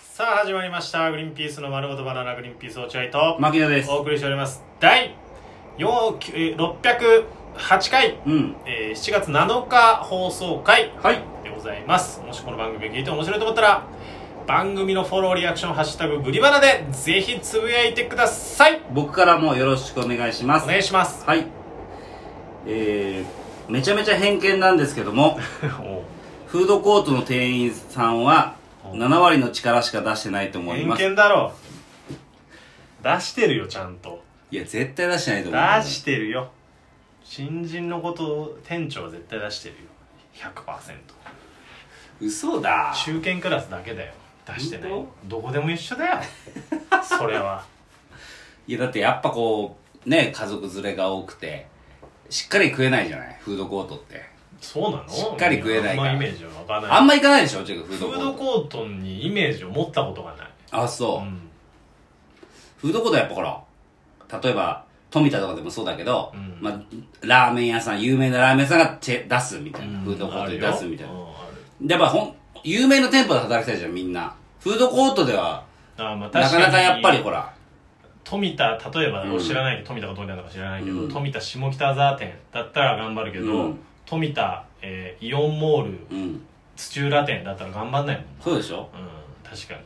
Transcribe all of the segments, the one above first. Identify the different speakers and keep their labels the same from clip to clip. Speaker 1: さあ始まりました「グリーンピースの丸ごとバナナグリーンピース落合」と
Speaker 2: 牧野です
Speaker 1: お送りしております第4 608回、
Speaker 2: うん
Speaker 1: えー7月7日放送回
Speaker 2: はい
Speaker 1: でございますもしこの番組を聞いて面白いと思ったら番組のフォローリアクション「ハッシュタググリバナ」でぜひつぶやいてください
Speaker 2: 僕からもよろしくお願いしま
Speaker 1: お
Speaker 2: す
Speaker 1: 願いします
Speaker 2: はいえー、めちゃめちゃ偏見なんですけど もフードコートの店員さんは
Speaker 1: お
Speaker 2: 7割の力しか出してないと思い
Speaker 1: 偏
Speaker 2: ます
Speaker 1: 見だろ出してるよちゃんと
Speaker 2: いや絶対出してないと
Speaker 1: 出
Speaker 2: 思う
Speaker 1: してるよ新人のことを店長は絶対出してるよ100%
Speaker 2: 嘘だ
Speaker 1: 中堅クラスだけだよ出してない
Speaker 2: 本
Speaker 1: どこでも一緒だよそれはい
Speaker 2: やだってやっぱこうね家族連れが多くてしっかり食えないじゃないフードコートって
Speaker 1: そうなの
Speaker 2: しっかり食えないから
Speaker 1: あんまイメージはわからない
Speaker 2: あんま行かないでしょちょっとフー
Speaker 1: フー
Speaker 2: ドコート
Speaker 1: ドコートにイメージを持ったことがない、
Speaker 2: あそう、
Speaker 1: うん
Speaker 2: フードコートはやっぱほら例えば富田とかでもそうだけど、
Speaker 1: うん
Speaker 2: まあ、ラーメン屋さん有名なラーメン屋さんがチェ出すみたいな、フードコートで出すみたい
Speaker 1: あ
Speaker 2: な
Speaker 1: るようんある
Speaker 2: やっぱほん有名な店舗で働きたいじゃんみんなフードコートでは
Speaker 1: あーまあ、
Speaker 2: な
Speaker 1: 確か
Speaker 2: か
Speaker 1: に
Speaker 2: なかやっぱりほら
Speaker 1: 富田例えば俺知らないけど、富田がどうなのか知らないけど、
Speaker 2: うん
Speaker 1: 富田下北沢店だったら頑張るけど、
Speaker 2: うん
Speaker 1: 富田、えーイオンモール
Speaker 2: うん
Speaker 1: 土浦店だったら頑張んないもん
Speaker 2: そうでしょ
Speaker 1: うん確かに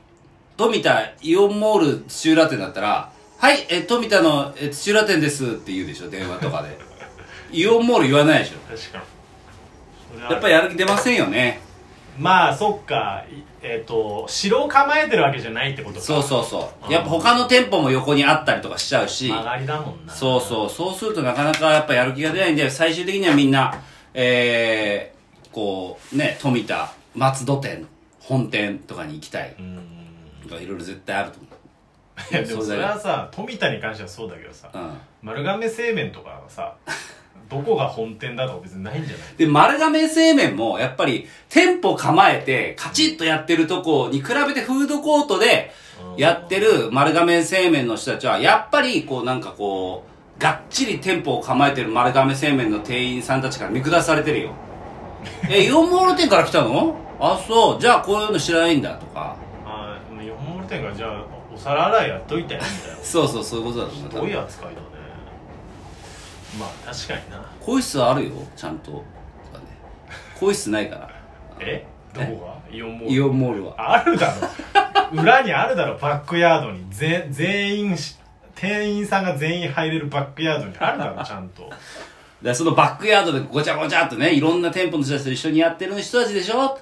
Speaker 2: 富田イオンモール土浦店だったら「はいえ富田のえ土浦店です」って言うでしょ電話とか でイオンモール言わないでしょ
Speaker 1: 確かにそれはある
Speaker 2: やっぱやる気出ませんよね
Speaker 1: まあそっかいえっ、と城を構えてるわけじゃないってことか
Speaker 2: そうそうそうやっぱ他の店舗も横にあったりとかしちゃうし
Speaker 1: 曲がりだもんな、
Speaker 2: そうそう、そうするとなかなかやっぱやる気が出ないんで、最終的にはみんな、えー、こう、ね、富田、松戸店、本店とかに行きたいう
Speaker 1: ん
Speaker 2: とかいろいろ絶対あると思
Speaker 1: いやでも
Speaker 2: そう
Speaker 1: そ
Speaker 2: だよ
Speaker 1: れはさ富田に関してはそうだけどさ
Speaker 2: う。うん。
Speaker 1: 丸亀製麺とかは さどこが本店だとか別にないんじゃない
Speaker 2: で、丸亀製麺も、やっぱり、店舗構えて、カチッとやってるとこに比べてフードコートで、やってる丸亀製麺の人たちは、やっぱり、こう、なんかこう、がっちり店舗を構えてる丸亀製麺の店員さんたちから見下され てるよ。え、イオンモール店から来たのあ、そう。じゃあこういうの知らないんだ、とか。
Speaker 1: あー四本店がじゃあお皿洗いやっといたよみたいな
Speaker 2: そうそう、そういうことだと思う
Speaker 1: す
Speaker 2: 多
Speaker 1: ごい
Speaker 2: 分。
Speaker 1: 扱いだねまあ確かにな
Speaker 2: 更衣室はあるよ、ちゃんと。とかね更衣室ないから。
Speaker 1: えどこがイオンモール
Speaker 2: イオンモールは。
Speaker 1: あるだろ裏にあるだろバックヤードにぜ全員し店員さんが全員入れるバックヤードにあるだろちゃんと
Speaker 2: でそのバックヤードでごちゃごちゃっとね、いろんな店舗の人たちと一緒にやってる人たちでしょ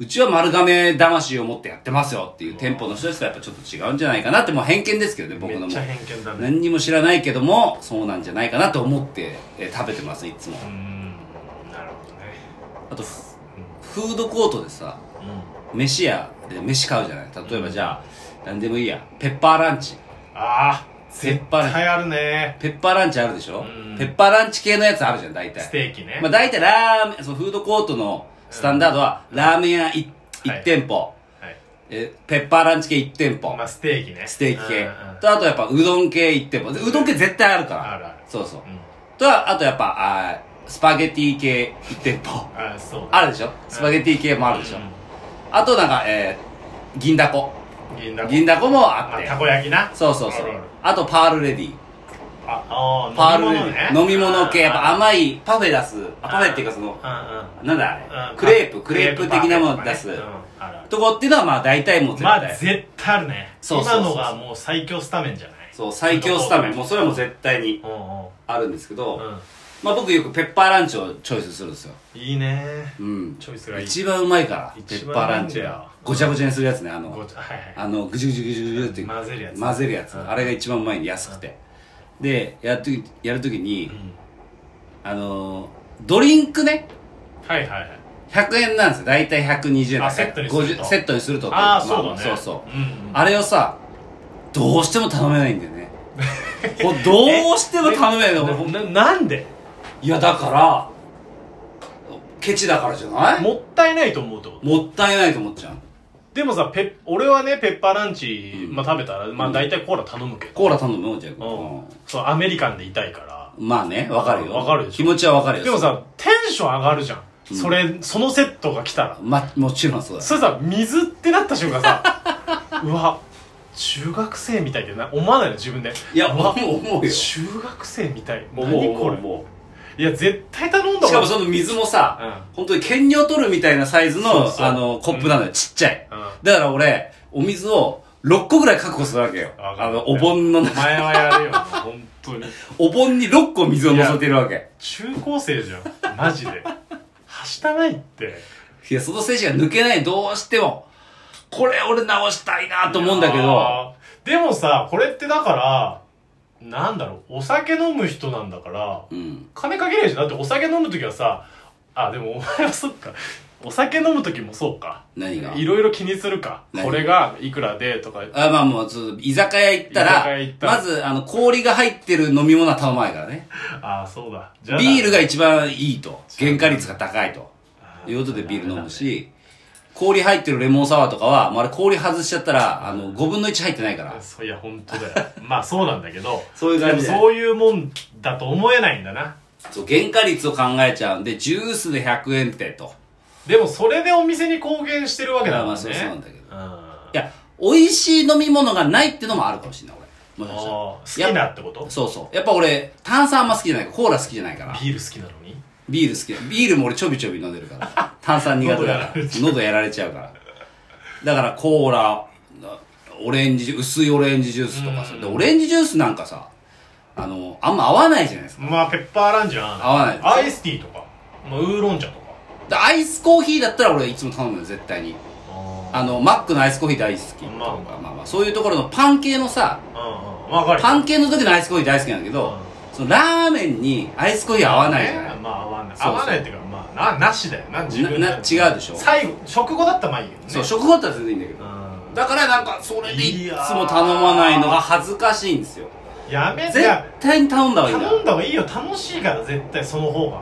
Speaker 2: うちは丸亀魂を持ってやってますよっていう店舗の人たちとはやっぱちょっと違うんじゃないかなって、もう偏見ですけどね、 僕
Speaker 1: め
Speaker 2: の
Speaker 1: っ
Speaker 2: も
Speaker 1: ちゃ。偏見だね
Speaker 2: 何にも知らないけども、そうなんじゃないかなと思って、えー食べてます、いつも
Speaker 1: う。ーんなるほどね
Speaker 2: あと、フフードコートでさ、
Speaker 1: うん
Speaker 2: 飯屋で飯買うじゃない例えばじゃあ、何でもいいや、ペッパーランチ。
Speaker 1: ああ
Speaker 2: ペ
Speaker 1: 絶
Speaker 2: ッパーランチ
Speaker 1: 対あるね
Speaker 2: ペッパーランチあるでしょ
Speaker 1: うん
Speaker 2: ペッパーランチ系のやつあるじゃん、大体。
Speaker 1: ステーキね、
Speaker 2: まあ、大体ラーメン、そのフードコートのスタンダードは、ラーメン屋 1,
Speaker 1: はい
Speaker 2: 店舗、
Speaker 1: はい、
Speaker 2: えペッパーランチ系1店舗、
Speaker 1: まあステーキね
Speaker 2: ステーキ系、
Speaker 1: うんうん
Speaker 2: と、あとやっぱうどん系1店舗。でうどん系絶対あるから。
Speaker 1: あるある
Speaker 2: そうそう。
Speaker 1: うん
Speaker 2: と、あとやっぱ、あースパゲティ系1店舗。
Speaker 1: ああそう
Speaker 2: あるでしょスパゲティ系もあるでしょ、あとなんか、えー、銀だこ。
Speaker 1: うん銀だこ
Speaker 2: 銀だこもあっ
Speaker 1: あ
Speaker 2: て。
Speaker 1: たこ焼きな
Speaker 2: そうそうそう
Speaker 1: あるある。
Speaker 2: あと、パールレディ。
Speaker 1: ああー
Speaker 2: パールレ
Speaker 1: 飲み物ね
Speaker 2: ディ。飲み物系、やっぱ
Speaker 1: あ
Speaker 2: 甘いパフェ出す。あパフェっていうかその、
Speaker 1: ーうんうん
Speaker 2: なんだあ
Speaker 1: うん
Speaker 2: れ、クレープ、クレープ的なもの
Speaker 1: パ
Speaker 2: を
Speaker 1: フェと
Speaker 2: 出
Speaker 1: か
Speaker 2: す
Speaker 1: ね。うんあるある
Speaker 2: とこっていうのはまあ大体もう絶
Speaker 1: ま
Speaker 2: 対。
Speaker 1: あ絶対あるね
Speaker 2: そうそうそうそう
Speaker 1: 今のがもう最強スタメンじゃない
Speaker 2: そう、最強スタメン。もうそれはもう絶対に
Speaker 1: うんうん
Speaker 2: あるんですけど、
Speaker 1: うん
Speaker 2: まあ僕よくペッパーランチをチョイスするんですよ。
Speaker 1: いいね
Speaker 2: うん。
Speaker 1: チョイスがいい
Speaker 2: 一番うまいから、ペ
Speaker 1: 一
Speaker 2: ッ
Speaker 1: 番
Speaker 2: パーランチ
Speaker 1: うまいんだよ
Speaker 2: が。ごちゃごちゃにするやつね、あ
Speaker 1: ご
Speaker 2: の、
Speaker 1: ちゃはいはい
Speaker 2: あの、ぐじゅぐじゅぐじゅぐじゅって
Speaker 1: 混ぜるやつ
Speaker 2: 混ぜるやつ。
Speaker 1: うん
Speaker 2: あれが一番うまいんで、安くて。で、やるとき、やるときに
Speaker 1: う、ん
Speaker 2: あのー、ドリンクね、
Speaker 1: はいはいはい
Speaker 2: 100円なんですよ。大体120円。
Speaker 1: あセットにすると
Speaker 2: 50セットにするとっていうか
Speaker 1: ああ
Speaker 2: ま
Speaker 1: そうだね
Speaker 2: そうそう。
Speaker 1: んん
Speaker 2: あれをさ、どうしても頼めないんだよ ね。ほどうしても頼めないの。俺ほん
Speaker 1: ななんで
Speaker 2: いや、だから、ケチだからじゃない
Speaker 1: もったいないと思うってこと
Speaker 2: もったいないと思っちゃう。
Speaker 1: でもさペッ俺はねペッパーランチ
Speaker 2: うん
Speaker 1: まあ食べたらまあ大体コーラ頼むけど
Speaker 2: コーラ頼むよ、じゃあ。
Speaker 1: うんそうアメリカンでいたいから
Speaker 2: うんまあね、わかるよ。
Speaker 1: わかるでしょ
Speaker 2: 気持ちはわかるよ。
Speaker 1: でもさテンション上がるじゃん
Speaker 2: うん
Speaker 1: それそのセットが来たら
Speaker 2: そう、ま、もちろんそうだ。
Speaker 1: それさ水ってなった瞬間さうわ中学生みたいってな思わないの自分で
Speaker 2: いや
Speaker 1: うわ
Speaker 2: 思う思うよ
Speaker 1: 中学生みたい
Speaker 2: もう
Speaker 1: 何
Speaker 2: もう
Speaker 1: これ
Speaker 2: も
Speaker 1: いや絶対頼ん
Speaker 2: う
Speaker 1: だ
Speaker 2: しかもその水もさ、本当に剣に取るみたいなサイズ
Speaker 1: そ
Speaker 2: の、
Speaker 1: うそう
Speaker 2: あの、コップなのよ。ちっちゃい。
Speaker 1: うん、うん
Speaker 2: だから俺、お水を6個ぐらい確保するわけよ。
Speaker 1: わ
Speaker 2: あ
Speaker 1: かる
Speaker 2: の、お盆の
Speaker 1: お、前はやるよ、本当に。
Speaker 2: お盆に6個水を乗せてるわけ。
Speaker 1: 中高生じゃん、マジで。はしたないって。
Speaker 2: いや、その精神が抜けない、どうしても。これ俺直したいなと思うんだ
Speaker 1: い
Speaker 2: けど、
Speaker 1: やー。でもさ、これってだから、なんだろう、お酒飲む人なんだから、
Speaker 2: うん。
Speaker 1: 金かけりゃいいじゃん。だってお酒飲むときはさ、あ、でもお前はそっか。お酒飲むときもそうか。
Speaker 2: 何が
Speaker 1: いろいろ気にするか。
Speaker 2: 何
Speaker 1: これがいくらでとか。
Speaker 2: あまあもう、ちょっと居酒屋行った
Speaker 1: 居酒屋
Speaker 2: ら、
Speaker 1: 行ったら
Speaker 2: まず、あの、氷が入ってる飲み物は頼まないからね。
Speaker 1: ああ、そうだ。じゃあ
Speaker 2: ビールが一番いいと。原価率が高いと。
Speaker 1: あ
Speaker 2: いうことでビール飲むし、氷入ってるレモンサワーとかは、もうあれ氷外しちゃったら、あの、5分の1入ってないから。
Speaker 1: そういや本当だよ まあそうなんだけど
Speaker 2: そういう感じで
Speaker 1: でもそういうもんだと思えないんだな
Speaker 2: そう、原価率を考えちゃうんで、ジュースで100円ってと。
Speaker 1: でもそれでお店に貢献してるわけだもんね
Speaker 2: まあそうそうなんだけど
Speaker 1: あ
Speaker 2: いや、美味しい飲み物がないってのもあるかもしれない、俺。もしかしたら。
Speaker 1: 好きなってこと
Speaker 2: そうそう。やっぱ俺、炭酸あんま好きじゃないから、コーラ好きじゃないから。
Speaker 1: ビール好きなのに
Speaker 2: ビール好きだ。ビールも俺ちょびちょび飲んでる から。炭酸苦手だから。喉やられちゃうから。だからコーラ、オレンジ、薄いオレンジジュースとかさ。
Speaker 1: うん
Speaker 2: で、オレンジジュースなんかさ、あの、あんま合わないじゃないですか。
Speaker 1: まあペッパーランじゃん
Speaker 2: 合わない
Speaker 1: アイスティーとか、まあ、ウーロン茶とか
Speaker 2: でアイスコーヒーだったら俺いつも頼むよ、絶対に。
Speaker 1: あ
Speaker 2: あの、マックのアイスコーヒー大好き。
Speaker 1: まあま
Speaker 2: まあまあ、そういうところのパン系のさ、
Speaker 1: あうんうんわかる
Speaker 2: パン系の時のアイスコーヒー大好きなんだけど、そのラーメンにアイスコーヒー合わないじゃない
Speaker 1: まあ合わない
Speaker 2: そうそ
Speaker 1: 合
Speaker 2: う
Speaker 1: わないっていうかまあななしだよな自分
Speaker 2: なな違うでしょ
Speaker 1: 最後食後だったらまあいいけどね
Speaker 2: そう、食後だったら全然いいんだけど
Speaker 1: う。ん
Speaker 2: だからなんかそれでいっつも頼まないのが恥ずかしいんですよ
Speaker 1: やめて
Speaker 2: 絶対に頼んだ方がいい
Speaker 1: 頼ん
Speaker 2: な
Speaker 1: だ方がいいよ楽しいから絶対その方が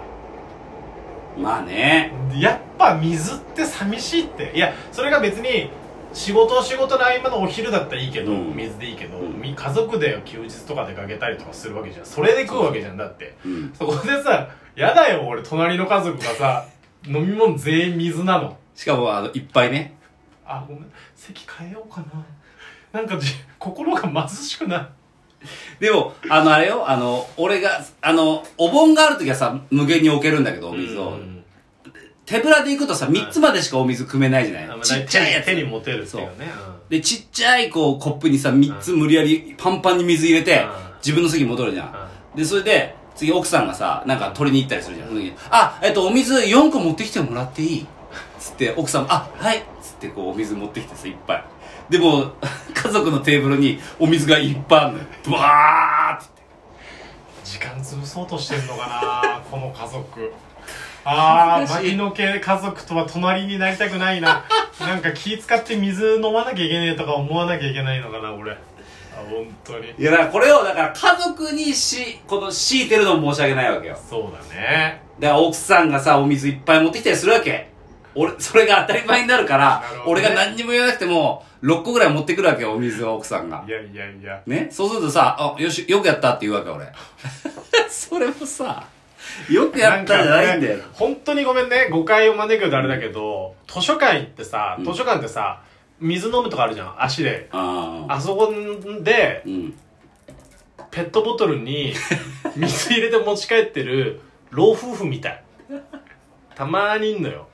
Speaker 2: まあね
Speaker 1: やっぱ水って寂しいっていやそれが別に仕事仕事の合間のお昼だったらいいけど、
Speaker 2: うん
Speaker 1: 水でいいけど、
Speaker 2: うん
Speaker 1: み家族で休日とか出かけたりとかするわけじゃんそれで食うわけじゃんだって
Speaker 2: うん
Speaker 1: そこでさやだよ俺隣の家族がさ飲み物全員水なの
Speaker 2: しかもあのいっぱいね
Speaker 1: あごめん席変えようかななんかじ心が貧しくな
Speaker 2: でもあのあれよあの俺があのお盆がある時はさ無限に置けるんだけどお
Speaker 1: い
Speaker 2: 水を、
Speaker 1: うん
Speaker 2: 手ぶらで行くとさ3つまでしかお水汲めないじゃ
Speaker 1: あ
Speaker 2: な
Speaker 1: ま
Speaker 2: い、
Speaker 1: あ
Speaker 2: ちっちゃいやつ
Speaker 1: 手に持てるっていうね
Speaker 2: でちっちゃいこうコップにさ3つ無理やりパンパンに水入れて
Speaker 1: うん
Speaker 2: 自分の席に戻るじゃん
Speaker 1: うんうん
Speaker 2: で、それで、次奥さんがさ、なんか取りに行ったりするじゃん。その時にあ、えっと、お水4個持ってきてもらっていいつって、奥さんも、あ、はいつって、こう、お水持ってきてさ、いっぱい。でも、 家族のテーブルにお水がいっぱいあるのよ。ブワーって。
Speaker 1: 時間潰そうとしてんのかな この家族ああ
Speaker 2: 難し
Speaker 1: 牧
Speaker 2: い
Speaker 1: 野家家族とは隣になりたくないななんか気使って水飲まなきゃいけねえとか思わなきゃいけないのかな俺あ本当に
Speaker 2: いや、だからこれを、だから家族にし、この、強いてるのも申し訳ないわけよ。
Speaker 1: そうだね
Speaker 2: だから奥さんがさ、お水いっぱい持ってきたりするわけ。俺、それが当たり前になるから、
Speaker 1: なるほど
Speaker 2: 俺
Speaker 1: ね
Speaker 2: が何にも言わなくても、6個ぐらい持ってくるわけよ、お水を奥さんが
Speaker 1: い。やいやいや
Speaker 2: ね、そうするとさ、あ、よし、よくやったって言うわけ、 俺。それもさ、よくやったじゃないんだよ
Speaker 1: か。ね本当にごめんね誤解を招くとあれだけど図書館行ってさ図書館ってさ、水飲むとかあるじゃん足で
Speaker 2: ああ。
Speaker 1: あそこで
Speaker 2: うん。
Speaker 1: ペットボトル に水入れて持ち帰ってる老夫婦みたいたまにいんのよ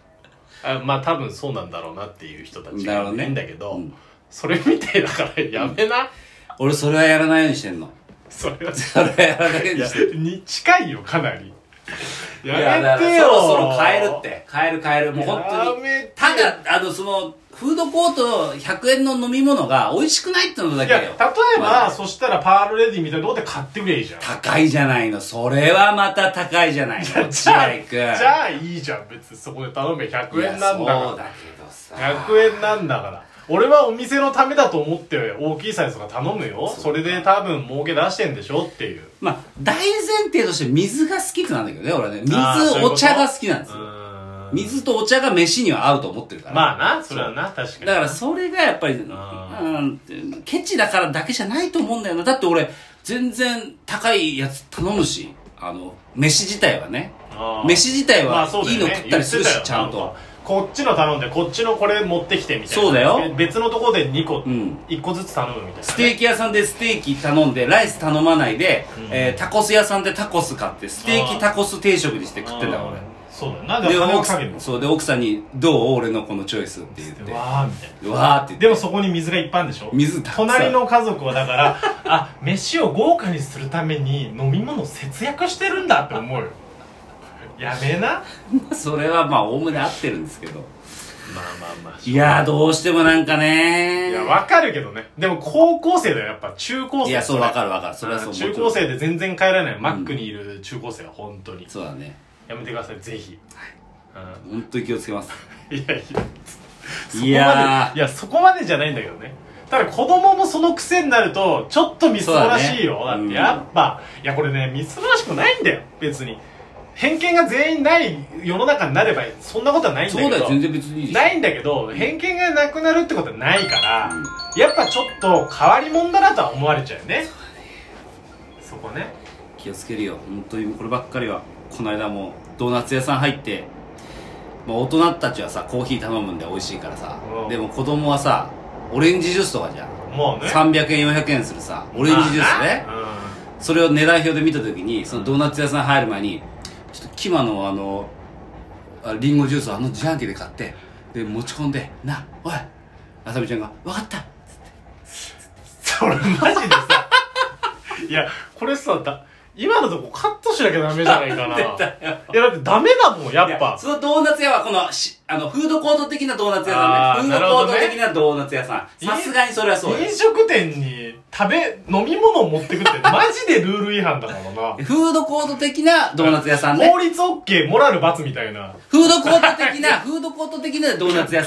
Speaker 1: あまあ多分そうなんだろうなっていう人たち
Speaker 2: なる
Speaker 1: が
Speaker 2: ほど
Speaker 1: い
Speaker 2: ね
Speaker 1: るんだけど
Speaker 2: うん
Speaker 1: それみたいだからやめな、
Speaker 2: 俺、それはやらないようにし てんの。
Speaker 1: それは
Speaker 2: それはやらないよう
Speaker 1: い
Speaker 2: に
Speaker 1: や
Speaker 2: してんの。
Speaker 1: に近いよかなりや
Speaker 2: いや
Speaker 1: め
Speaker 2: だか
Speaker 1: て
Speaker 2: ら
Speaker 1: よ
Speaker 2: そろそろ変えるって。変える変える。もう本当
Speaker 1: や
Speaker 2: に。
Speaker 1: めて
Speaker 2: ただ、あの、その、フードコート100円の飲み物が美味しくないってのだ
Speaker 1: い
Speaker 2: け
Speaker 1: や
Speaker 2: よ
Speaker 1: 例え。ば、
Speaker 2: まあ
Speaker 1: そしたらパールレディみたいなとこで買ってくれいいじゃん
Speaker 2: 高いじゃないの。それはまた高いじゃないの。
Speaker 1: じゃあ
Speaker 2: 千秋君
Speaker 1: じゃあいいじゃん別にそこで頼め100円なんだか
Speaker 2: いや
Speaker 1: ら
Speaker 2: そうだけどさ。
Speaker 1: 100円なんだから俺はお店のためだと思って大きいサイズとか頼むよそれで多分儲け出してんでしょっていう
Speaker 2: まあ、大前提として水が好きなんだけどね、俺はね。
Speaker 1: あーそうい
Speaker 2: 水、
Speaker 1: うこと
Speaker 2: お茶が好きなん
Speaker 1: う
Speaker 2: ですよ。
Speaker 1: ーん
Speaker 2: 水とお茶が飯には合うと思ってるから。
Speaker 1: まあなそれはな確かに
Speaker 2: だからそれがやっぱり、
Speaker 1: あ
Speaker 2: うん、ケチだからだけじゃないと思うんだよな。だって俺、全然高いやつ頼むし、あの、飯自体はね。
Speaker 1: あー
Speaker 2: 飯自体は
Speaker 1: まあそうだ
Speaker 2: いい
Speaker 1: よ
Speaker 2: の
Speaker 1: ね
Speaker 2: 食ったりする
Speaker 1: 言
Speaker 2: し、
Speaker 1: って
Speaker 2: ち
Speaker 1: たよ
Speaker 2: ゃん
Speaker 1: な
Speaker 2: と
Speaker 1: か。こっちの頼んでこっちのこれ持ってきてみたいな
Speaker 2: そうだよ
Speaker 1: べ別のとこで2個、
Speaker 2: うん
Speaker 1: 1個ずつ頼むみたいなね、
Speaker 2: ステーキ屋さんでステーキ頼んでライス頼まないで、
Speaker 1: うん
Speaker 2: えータコス屋さんでタコス買ってステー
Speaker 1: あ
Speaker 2: キ
Speaker 1: ー
Speaker 2: タコス定食にして食ってんだ
Speaker 1: あー
Speaker 2: 俺
Speaker 1: そうだよなで
Speaker 2: で
Speaker 1: 金を
Speaker 2: 奥
Speaker 1: か
Speaker 2: さ
Speaker 1: けるの
Speaker 2: んそうで奥さんに「どう俺のこのチョイス」って言って「わ
Speaker 1: わーみたいな
Speaker 2: ー」って言って
Speaker 1: でもそこに水がいっぱいあるんでしょ
Speaker 2: 水たくさん
Speaker 1: 隣の家族はだからあ飯を豪華にするために飲み物を節約してるんだって思うよやべえな
Speaker 2: それはまあおおむね合ってるんですけど
Speaker 1: まあまあまあ
Speaker 2: いやーどうしてもなんかね
Speaker 1: いやわかるけどねでも高校生だよやっぱ中高生
Speaker 2: いやそうわか
Speaker 1: る
Speaker 2: るわかるそれはそう
Speaker 1: 中
Speaker 2: もち
Speaker 1: 高
Speaker 2: ろん
Speaker 1: 生で全然帰らない、マックにいる中高生は本当に
Speaker 2: そうだね
Speaker 1: やめてくださいぜひ、
Speaker 2: 本当に気をつけます
Speaker 1: うんいやいやそこまでいやそこま
Speaker 2: いや
Speaker 1: でじゃないんだけどねただ子供もその癖になるとちょっとみすぼらしいよ
Speaker 2: そう
Speaker 1: だ,、
Speaker 2: だね
Speaker 1: ってやっぱ、いやこれねみすぼらしくないんだよ別に偏見が全員ない世の中になればそんなことはないん
Speaker 2: ー
Speaker 1: だけ
Speaker 2: そう
Speaker 1: ど
Speaker 2: だよ全然別にいいでしょ
Speaker 1: ないんだけど偏見がなくなるってことはないから、やっぱちょっと変わり者だなとは思われちゃうよねそこね
Speaker 2: 気をつけるよ本当にこればっかりはこの間もドーナツ屋さん入って、まあ、大人たちはさコーヒー頼むんで美味しいからさ
Speaker 1: うん
Speaker 2: でも子供はさオレンジジュースとかじゃん
Speaker 1: もうね
Speaker 2: 300円400円するさオレンジジュースね
Speaker 1: まあなうん
Speaker 2: それを値段表で見た時にそのドーナツ屋さん入る前にちょっとキマのあのあリンゴジュースをあの自販機で買ってで持ち込んで「なおいあさみちゃんが「分かった!」
Speaker 1: それマジでさいやこれさだ今のとこカットしなきゃダメじゃないかないやだってダメだもんやっ
Speaker 2: いや
Speaker 1: ぱ
Speaker 2: そのドーナツ屋はこのしあのフードコート的なドーナツ屋さ
Speaker 1: あー
Speaker 2: んねフー
Speaker 1: なる
Speaker 2: ド
Speaker 1: ほ
Speaker 2: コ
Speaker 1: ど
Speaker 2: ー
Speaker 1: ね
Speaker 2: ト的なドーナツ屋さん
Speaker 1: い
Speaker 2: さすがにそれはそうで
Speaker 1: 飲
Speaker 2: す
Speaker 1: 食店に食べ飲み物を持ってくってマジでルール違反だからな
Speaker 2: フードコート的なドーナツ屋さんね
Speaker 1: 法律 OK モラル罰みたいな
Speaker 2: フードコート的なフードコート的なドーナツ屋